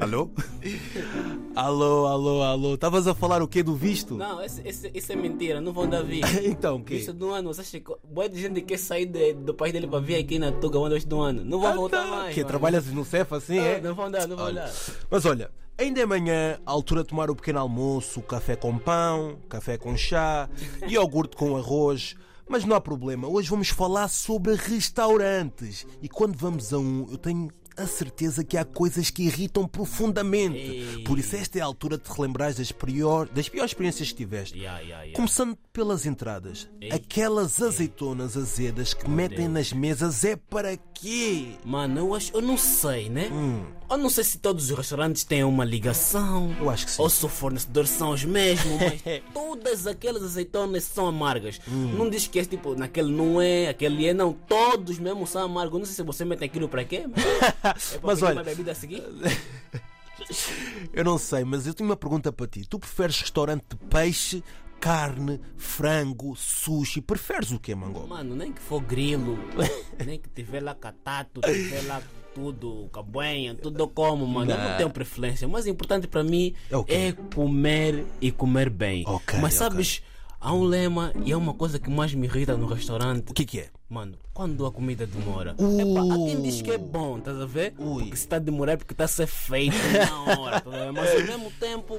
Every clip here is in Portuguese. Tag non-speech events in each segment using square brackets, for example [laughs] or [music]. Alô? [laughs] Alô, alô, alô. Estavas a falar o quê do visto? Não, esse- esse- isso é mentira, não vão dar visto. [laughs] Então, o quê? Isso de um ano, você acha que boa de gente quer sair de- do país dele para vir aqui na Tuga uma vez de um ano? Não vão voltar Ah, tá. mais. Que mano. trabalhas no CEF assim, Não, é? Não vão dar, não vão Olha, dar. Mas olha, ainda é manhã, a altura de tomar o pequeno almoço, café com pão, café com [laughs] chá, iogurte com arroz. Mas não há problema, hoje vamos falar sobre restaurantes. E quando vamos a um, eu tenho a certeza que há coisas que irritam profundamente. Ei. Por isso, esta é a altura de te lembrares das, prior, das piores experiências que tiveste. Ya, ya, ya. Começando pelas entradas. Aquelas azeitonas azedas que metem Deus. nas mesas é para quê? Mano, eu acho, eu não sei, né? Hum. Eu não sei se todos os restaurantes têm uma ligação. Eu acho que sim. Ou se o fornecedor são os [laughs] mesmos, mas todas aquelas azeitonas são amargas. Hum. Não diz que é tipo, naquele não é, aquele é, não. Todos mesmo são amargos. Não sei se você mete aquilo para quê, mas. [laughs] É pra Mas pedir olha- Uma bebida a seguir? Eu não sei, mas eu tenho uma pergunta para ti. Tu preferes restaurante de peixe, carne, frango, sushi? Preferes o quê, Mangola? Mano, nem que for grilo, [laughs] nem que tiver lá catato, tiver lá tudo, cabanha, tudo eu como, mano. Eu Nah. não tenho preferência. O mais importante para mim É o quê? é comer e comer bem. Ok, Mas ok. sabes, há um lema e é uma coisa que mais me irrita no restaurante. O que é que é? Mano, quando a comida demora. Uh. Epá, há quem diz que é bom, estás a ver? Ui. Porque se está a demorar é porque está a ser feito [laughs] na hora, estás a ver? Mas ao mesmo tempo,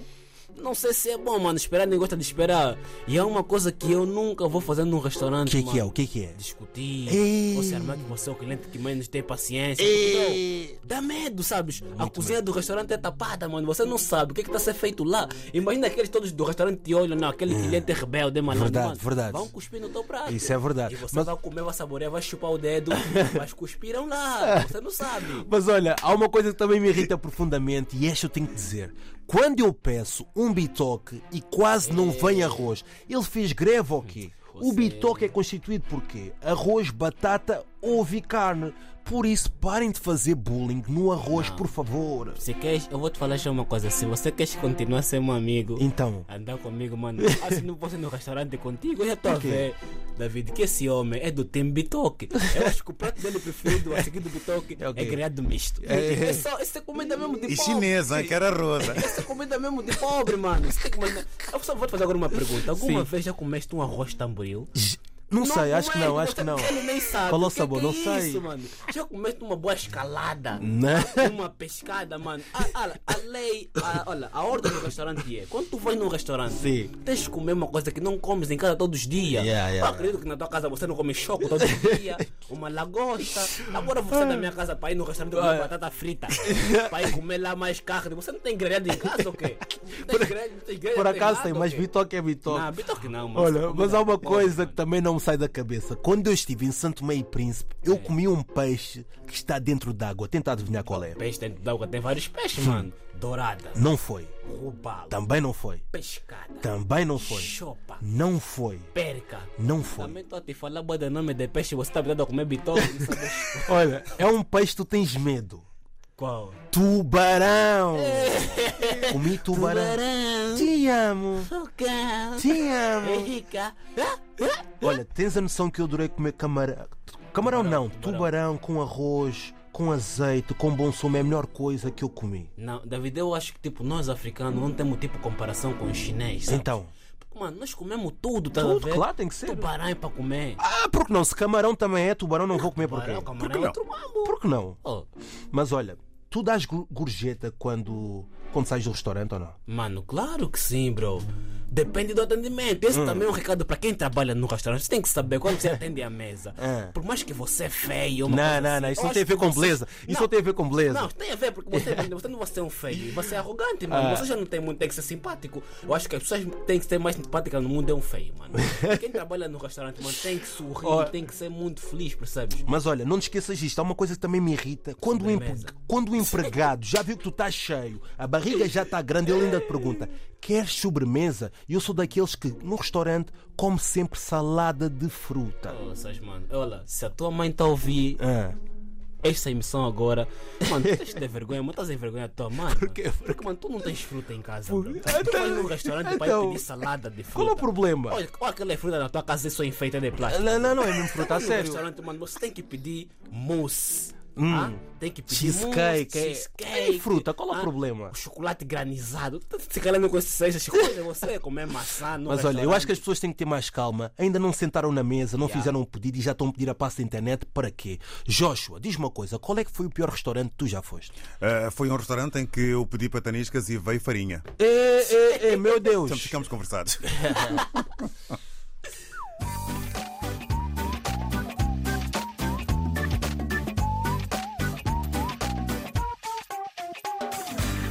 não sei se é bom, mano. Esperar nem gosta de esperar. E é uma coisa que eu nunca vou fazer num O restaurante. que é mano. que é? O que é que é? Discutir, Ei. ou se armar que você é o cliente que menos tem paciência. Então, Ei. Dá medo, sabes? a cozinha do restaurante é tapada, mano. Você não sabe o que é que está a ser feito lá. Imagina aqueles todos do restaurante que olham, não, aquele cliente é rebelde, mano. Verdade, mano, verdade. Vão cuspir no teu prato. Isso é verdade. E você Mas- vai comer, vai saborear, vai chupar o [laughs] dedo, mas cuspiram lá. Você não sabe. Mas olha, há uma coisa que também me irrita profundamente e esta eu tenho que dizer. Quando eu peço um bitoque e quase não vem arroz, ele fez greve ou quê? O bitoque é constituído por quê? Arroz, batata, ovo e carne. Por isso, parem de fazer bullying no arroz, por favor. Se queres, eu vou te falar só uma coisa. Se você queres continuar a ser meu amigo, Então, Andar comigo, mano. Ah, se não posso ir no restaurante contigo, eu já estou a quê? ver. David, que esse homem é do time Bitoque. Eu acho que o prato dele preferido a seguir do Bitoque É é, o quê? grelhado misto. É, só, isso é comida mesmo de pobre. E chinesa, que era rosa. Isso é comida mesmo de pobre, mano. Isso tem que mandar- Eu só vou te fazer agora uma pergunta. Alguma vez já comeste um arroz tamboril? j- não sei, acho que não, é, acho que não. Ele nem sabe. Qual é o que que sabor? Não é sei. Né? Isso, mano? Já comeste uma boa escalada? Não. [laughs] uma pescada, mano. A, a, a lei, a, olha, a ordem do restaurante é: quando tu vais num restaurante, Sim. tens de comer uma coisa que não comes em casa todos os dias. Yeah, yeah, eu acredito que na tua casa você não come choco todos os [laughs] dias, uma lagosta. Agora você na minha casa para ir no restaurante Ah, é. comer batata frita, para ir comer lá mais carne. Você não tem grelhado em casa ou quê? Não tem grelhado, não tem grelhado, Por não acaso nada, tem, ou mas quê? bitoque é bitoque. Não, bitoque não, mano. é. Olha, mas há uma Comida- coisa que também não me sai da cabeça. Quando eu estive em Santo Meio Príncipe, eu comi um peixe que está dentro d'água. Tenta adivinhar qual é. Peixe dentro da água tem vários peixes, mano. Dourada, Não foi. roubalo, Também não foi. pescada, Também não Tá. foi. chopa, Não foi. perca. Não foi. Também estou a te falar boa de nome de peixe, você está virado a comer bitoque, não sabes Olha, é um peixe que tu tens medo. [laughs] qual. Tubarão! Comi É. tubarão. Tubarão, Te amo! socão, Te amo! rica. Ah, ah. Olha, tens a noção que eu adorei comer camarão. Camarão não, tubarão com arroz, com azeite, com bom sumo é a melhor coisa que eu comi. Não, David, eu acho que tipo, nós africanos não temos tipo comparação com os chineses. Então, Mano, nós comemos tudo, tá Tudo, a ver? claro, tem que ser. Tubarão é para comer. ah, porque não? Se camarão também é, tubarão não vou comer porquê? Tubarão, Por camarão, é que não? outro mambo. Por que não? Oh, Mas olha, tu dás gur- gorjeta quando, quando sais do restaurante ou não? Mano, claro que sim, bro. Depende do atendimento. Hum. Esse também é um recado para quem trabalha no restaurante. Você tem que saber quando você atende [laughs] à mesa. Ah. Por mais que você é feio, uma Não, coisa não, assim, não, isso eu não tem a acho ver que com você- beleza. Isso não tem a ver com Não, beleza. tem a ver, porque você, [laughs] você não vai ser um feio, você é arrogante, mano. Você já não tem muito, tem que ser simpático. Eu acho que as pessoas têm que ser mais simpáticas no mundo, é um feio, [laughs] mano. Quem trabalha no restaurante, mano, tem que sorrir, Ó. tem que ser muito feliz, percebes? Mas olha, não te esqueças disto, há uma coisa que também me irrita. Quando o, empre- Sobremesa. quando o empregado já viu que tu estás cheio, a barriga já está grande, ele ainda te pergunta: queres sobremesa? E eu sou daqueles que, no restaurante, come sempre salada de fruta. Ou seja, mano, olha, se a tua mãe está a ouvir Ah. esta emissão agora, mano, tu tens de ter vergonha, mas estás a envergonhar a tua mãe. Por quê? Porque, mano, tu não [laughs] tens fruta em casa. bro. Tu Então- vais num restaurante para então- pedir salada de fruta. Qual é o problema? Olha, olha aquela fruta na tua casa é só enfeita de plástico. Não, não, não é mesmo fruta, a No sério. Hum. restaurante, mano, você tem que pedir mousse. ah, tem que pedir Cheesecake. mousse, tá? É fruta, qual é o problema? Chocolate granizado. Se calhar não conhece essas coisas, você é comer maçã. no Mas olha, eu acho que restaurante. as pessoas têm que ter mais calma. Ainda não sentaram na mesa, não fizeram um pedido e já estão a pedir a pasta da internet para quê? Joshua, diz-me uma coisa, qual é que foi o pior restaurante que tu já foste? Ah, foi um restaurante em que eu pedi pataniscas e veio farinha. É, é, é, meu Deus! [laughs] Então ficamos conversados.